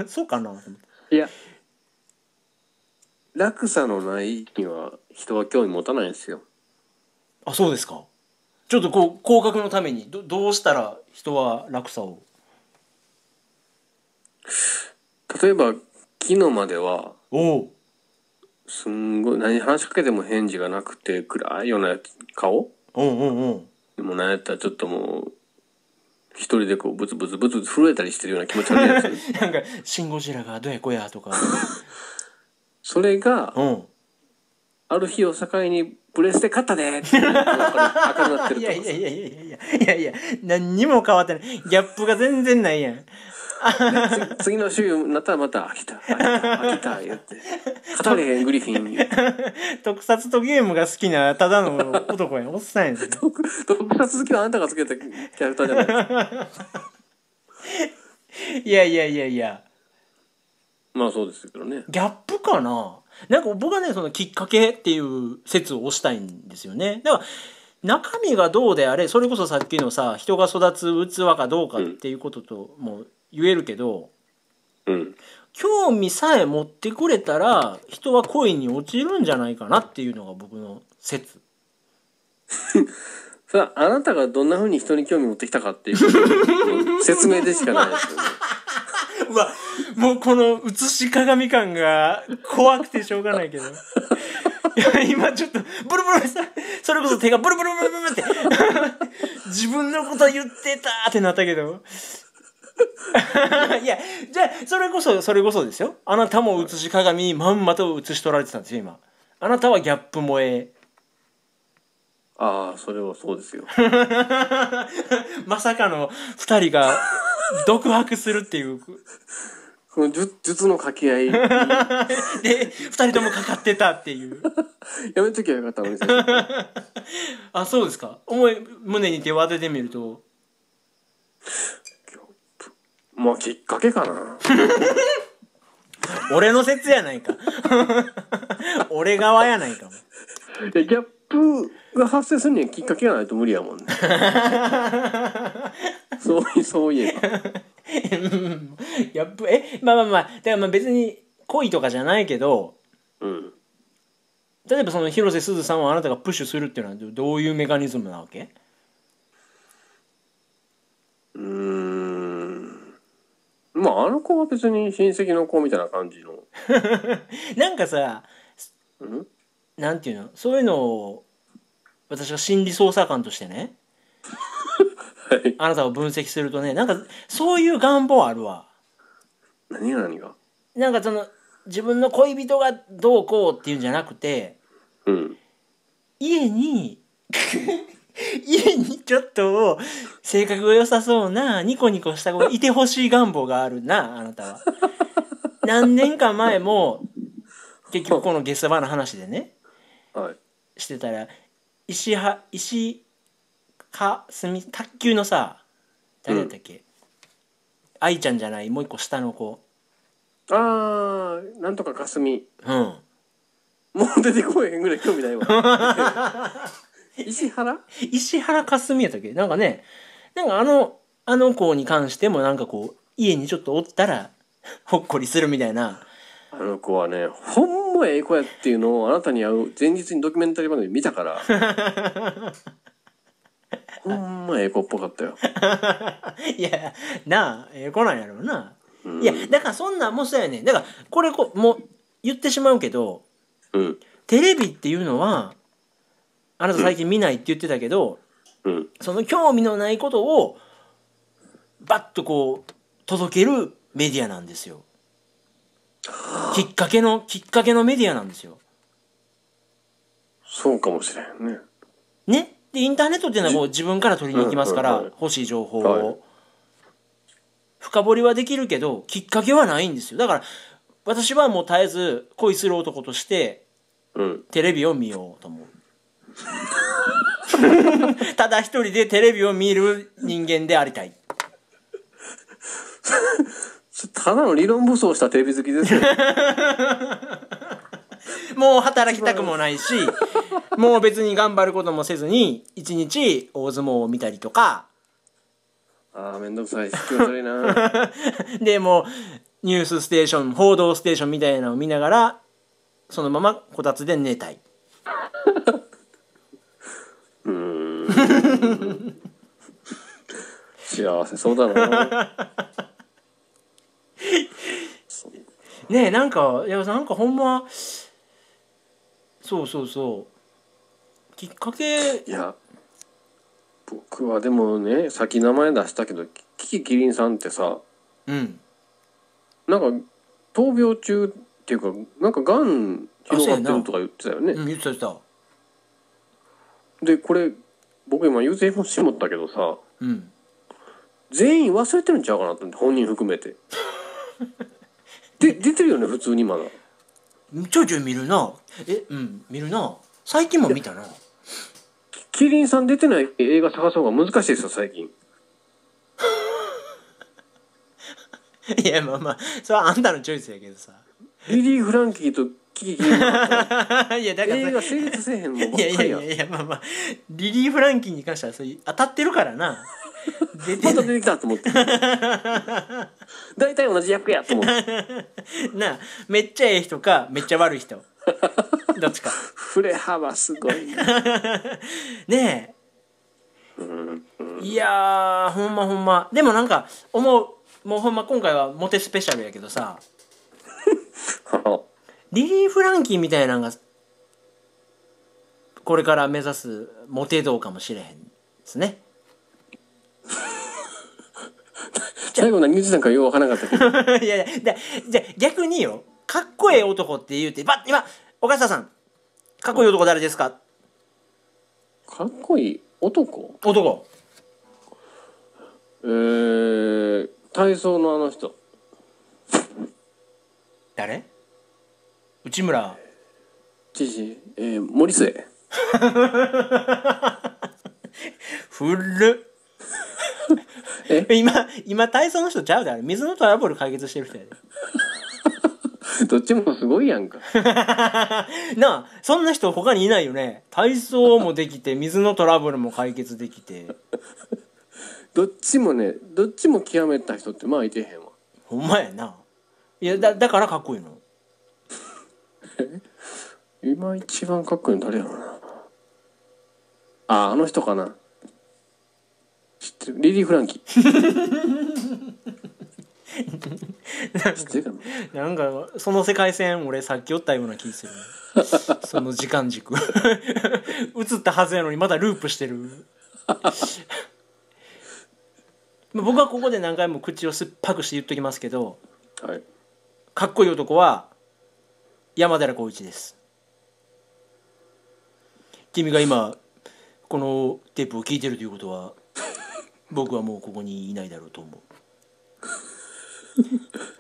そうかないや落差のないには人は興味持たないんですよあそうですかちょっとこう降格のためにどどうしたら人は落差を例えば昨日まではおうすんごい何話しかけても返事がなくて暗いような顔うんうんうんでもなんやったらちょっともう一人でこうブツブツブツブツ震えたりしてるような気持ち悪いやつなんか「シン・ゴジラがどやこや」とかそれがうんある日を境にプレステ勝ったねっていうのが明るくなってるいとやいかやいやいやいやいやいや何にも変わってないギャップが全然ないやんつ次の週になったらまた飽きた飽きた飽きた言って語れへんグリフィン言って特撮とゲームが好きなただの男やんおっさ んやんそれ特撮好きはあんたがつけたキャラクターじゃないですかいやいやいやいやまあそうですけどねギャップかななんか僕はねそのきっかけっていう説を推したいんですよねだから中身がどうであれそれこそさっきのさ人が育つ器かどうかっていうこととも言えるけど、うん興味さえ持ってくれたら人は恋に落ちるんじゃないかなっていうのが僕の説それはあなたがどんなふうに人に興味持ってきたかっていう説明でしかないですよねうわもうこの映し鏡感が怖くてしょうがないけどいや今ちょっとブルブルさそれこそ手がブルブルブルブルって自分のこと言ってたってなったけどいやじゃあそれこそそれこそですよあなたも映し鏡まんまと映し取られてたんですよ今あなたはギャップ萌えああそれはそうですよまさかの2人が独白するっていうこの術術の掛け合でい2人ともかかってたっていうやめときゃよかったのに最初あそうですか思い胸に手を当ててみるとまあきっかけかな俺の説やないか 俺側やないかもいやギャップが発生するにはきっかけがないと無理やもんねそういそういえばうん やっぱえまあまあまあだからまあ別に恋とかじゃないけどうん例えばその広瀬すずさんをあなたがプッシュするっていうのはどどういうメカニズムなわけうーんまああの子は別に親戚の子みたいな感じのなんかさうんなんていうのそういうのを私が心理捜査官としてね はいあなたを分析するとねなんかそういう願望あるわ何が何がなんかその自分の恋人がどうこうっていうんじゃなくてうん家に家にちょっと性格が良さそうなニコニコした子がいてほしい願望があるなあなたは何年か前も結局このゲスバの話でねはいしてたら石は石かすみ卓球のさ誰だったっけ、愛ちゃんじゃないもう一個下の子あーなんとかかすみうんもう出てこえへんぐらい興味ないわ 石原石原かすみやったっけなんかねなんかあのあの子に関してもなんかこう家にちょっとおったらほっこりするみたいな あの子はねほんまええ子やっていうのをあなたに会う前日にドキュメンタリー番組見たから ほんまええ子っぽかったよ、いやなあええ子なんやろうな、うん、いやだからそんなんもそうやねんだからこれこもう言ってしまうけどうんテレビっていうのはあなた最近見ないって言ってたけど、うんその興味のないことをバッとこう届けるメディアなんですよきっかけのきっかけのメディアなんですよそうかもしれんねねでインターネットっていうのはこう自分から取りに行きますかうんうんらうん欲しい情報を、はい深掘りはできるけどきっかけはないんですよだから私はもう絶えず恋する男としてうんテレビを見ようと 思うただ一人でテレビを見る人間でありたいそただの理論武装したテレビ好き ですよもう働きたくもない しもう別に頑張ることもせずに一日大相撲を見たりとかああめんどくさいし気持ち悪い な でもうニュースステーション報道ステーションみたいなのを見ながらそのままこたつで寝たい幸せそうだなねえなんかいやなんかほんまそうそうそうきっかけいや僕はでもねさっき名前出したけどキキキリンさんってさうんなんか闘病中っていうかなんかがん広がってるとか言ってたよねうん言ってた言ってたでこれ僕今言うてもしもったけどさうん全員忘れてるんちゃうかなと思って本人含めてで出てるよね普通にまだちょいちょい見るなえうん見るな最近も見たなキリンさん出てない映画探す方が難しいですよ最近いやまあまあそれはあんたのチョイスやけどさリリー・フランキーとキキキリンさん いやだからさ映画成立せえへんのばっいかやりいややいやいやまあまあリリー・フランキーに関してはそういう当たってるから な出てまなたい出てきたと思って大体同じ役やと思ってなあめっちゃええ人かめっちゃ悪い人どっちか振れ幅すごいねえ、いやーほんまほんまでもなんか思うもうほんま今回はモテスペシャルやけどさリリー・フランキーみたいなのがこれから目指すモテ道かもしれへんですね 最後の何言ってたんかようわからなかったけどいやいや、だじゃあ逆によ、かっこええ男って言うて、ば今、岡下さん、かっこいい男誰ですかかっこいい男男。えー、体操のあの人誰内村知事、えー、森末。 古っえ今今体操の人ちゃうであれ水のトラブル解決してる人やで どっちもすごいやんか。なあそんな人他にいないよね体操もできて水のトラブルも解決できてどっちもね、どっちも極めた人ってまあいてへんわ。ほんまやないやだだからかっこいいの今一番かっこいいの誰やろな。あ、あの人かな。知ってるリリー・フランキー。知ってるかななんかその世界線俺さっきおったような気するその時間軸 映ったはずやのにまだループしてるまあ僕はここで何回も口を酸っぱくして言っときますけどはい。かっこいい男は山寺宏一です君が今このテープを聞いてるということは僕はもうここにいないだろうと思う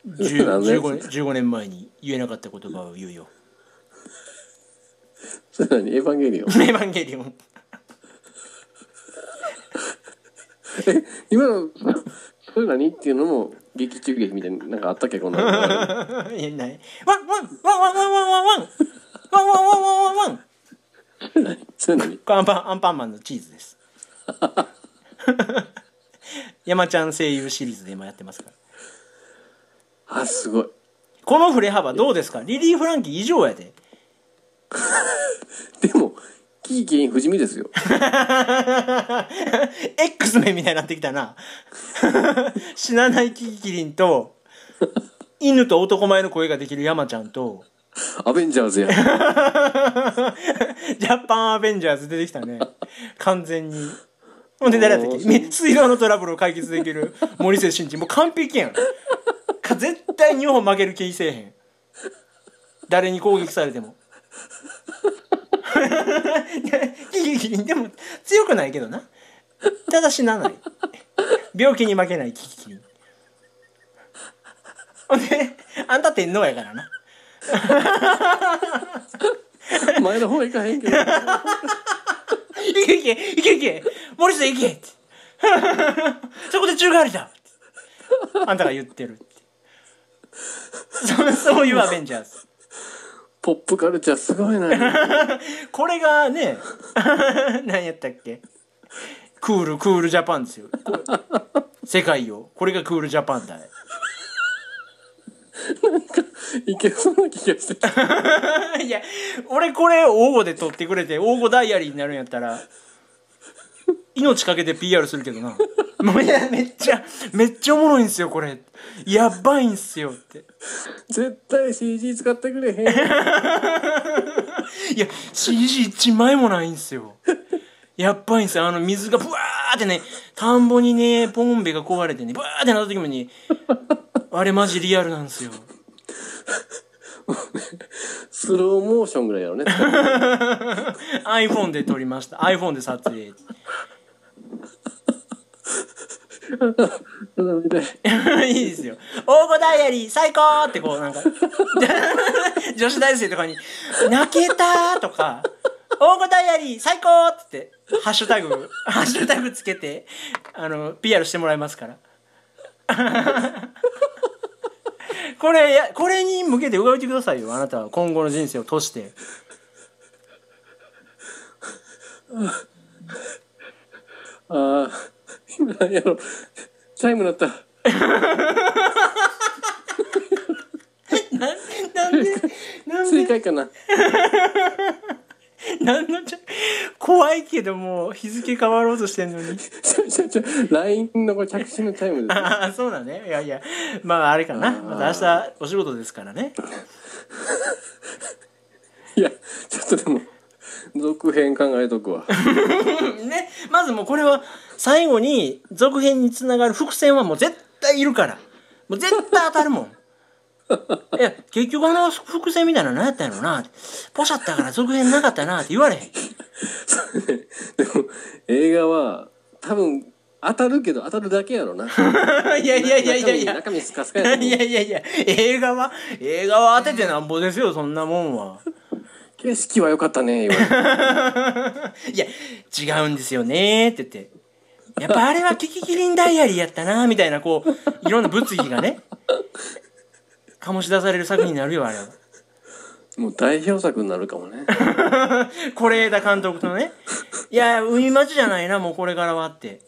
10 15, 年15年前に言えなかった言葉を言うよそれ何エヴァンゲリオン「。エヴァンゲリオン え今のそれ何っていうのも劇中劇みたいななんかあったっけこんなの」 いやない「ワンワンワンワンワンワンワンワンワンワンワンワンワンワン」それ何これアンパンアンパンマンのチーズです山ちゃん声優シリーズで今やってますからあすごいこの振れ幅どうですかリリー・フランキー以上やで でもキーキーン不死身ですよ X メンみたいになってきたな 死なないキキキリンと犬と男前の声ができる山ちゃんとアベンジャーズや ジャパンアベンジャーズ出てきたね完全にほんで誰だったっけみ水道のトラブルを解決できる森瀬真治もう完璧やんか絶対日本負ける気せえへん誰に攻撃されても キキキリンでも強くないけどなただ死なない病気に負けないキキキリンほんであんた天皇やからな前の方行かへんけど行け行け行け行け森下行けってそこで宙返りだあんたが言ってるってそそういうアベンジャーズポップカルチャーすごいなこれがね何やったっけクールクールジャパンですよこ世界よこれがクールジャパンだいけそうな気がしてきた いや俺これ応募で取ってくれて応募ダイアリーになるんやったら命かけて PR するけどなもういやめっちゃめっちゃおもろいんすよこれやばいんすよって絶対 CG 使ってくれへんいや CG1 枚もないんすよやっばいんすよあの水がブワーってね田んぼにねポンベが壊れてねブワーってなった時もねあれマジリアルなんですよスローモーションぐらいやろね iPhone で撮りました iPhone で撮影うんで いいですよ。応募ダイアリー最高ってこうなんか、 女子大生とかに、泣けたとか、応募ダイアリー最高っつって、ハッシュタグ、ハッシュタグつけて、あの、PR してもらいますから。 これや、これに向けて動いてくださいよ。あなたは今後の人生を通して。ああ今何やろチャイム鳴ったなんで、なんで正解かななんのちゃ、怖いけどもう日付変わろうとしてんのに。ちょちょちょ LINE のこれ着信のチャイムですああ そうだねいやいやまああれかなまた明日お仕事ですからねいやちょっとでも続編考えとくわ ねまずもうこれは最後に続編につながる伏線はもう絶対いるからもう絶対当たる もんいや結局あの伏線みたいなの何やったんやろなポシャったから続編なかったなって言われへんでも映画は多分当たるけど当たるだけやろな いいやいやいやいやいや中身中身スカス カいややと思ういやいやいや映画は映画は当ててなんぼですよそんなもんは景色は良かったね言われ ていや違うんですよねって言ってやっぱあれはキキキリンダイアリーやったなみたいなこういろんな物議がね醸し出される作品になるよあれはもう代表作になるかもね是枝監督とねいや海町じゃないなもうこれからはって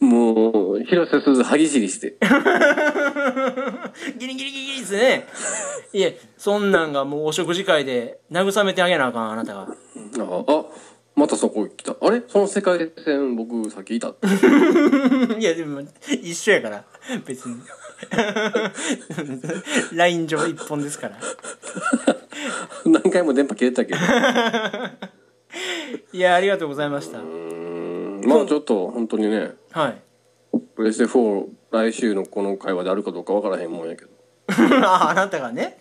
もう広瀬すず歯ぎしりしてギリギリギリギリですねいやそんなんがもうお食事会で慰めてあげなあかんあなたが ああまたそこ来たあれその世界線僕先いたいやでも一緒やから別に ライン上一本ですから 何回も電波切れたけどいやありがとうございましたうんまあちょっと本当にねはいプレステ4来週のこの会話であるかどうかわからへんもんやけど ああなたがね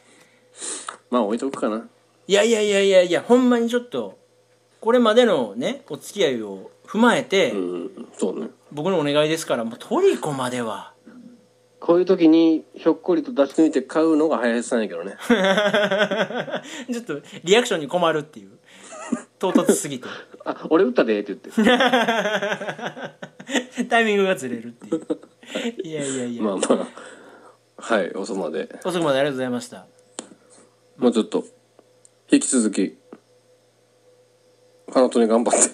まあ置いとくかないやいやいやいやいやほんまにちょっとこれまでのねお付き合いを踏まえて、うんそうね僕のお願いですからもうトリコまでは こういう時にひょっこりと出し抜いて買うのが林さんやけど ねちょっとリアクションに困るっていう唐突すぎ てあ俺打ったでって言っタイミングがずれるっていういやいやいてや、まあまあはい遅まで遅くまでありがとうございましたもうちょっと引き続き彼女に頑張って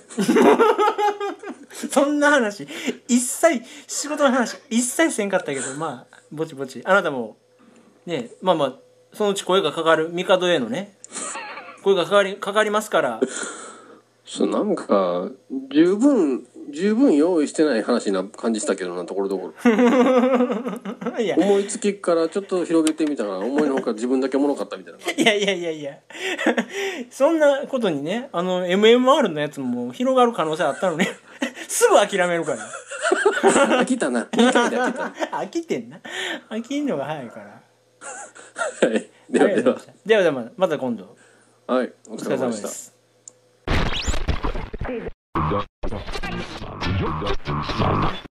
そんな話一切仕事の話一切せんかったけどまあぼちぼちあなたもねまあまあそのうち声がかかる帝へのね声がかかりかかりますから そうなんか十分十分用意してない話な感じしたけどなところ どころいや思いつきからちょっと広げてみたら思いのほか自分だけおもろかったみたいない やいやいやいやそんなことにねあの MMR のやつも広がる可能性あったのね すぐ諦めるから 飽きたな2回で飽きた飽きてんな飽きんのが早いからはいではありがでとうございはましたではではまた今度はいおお疲疲れれ様で様でしたす Dun, dun, dun, dun, dun, dun, dun, dun, dun, dun.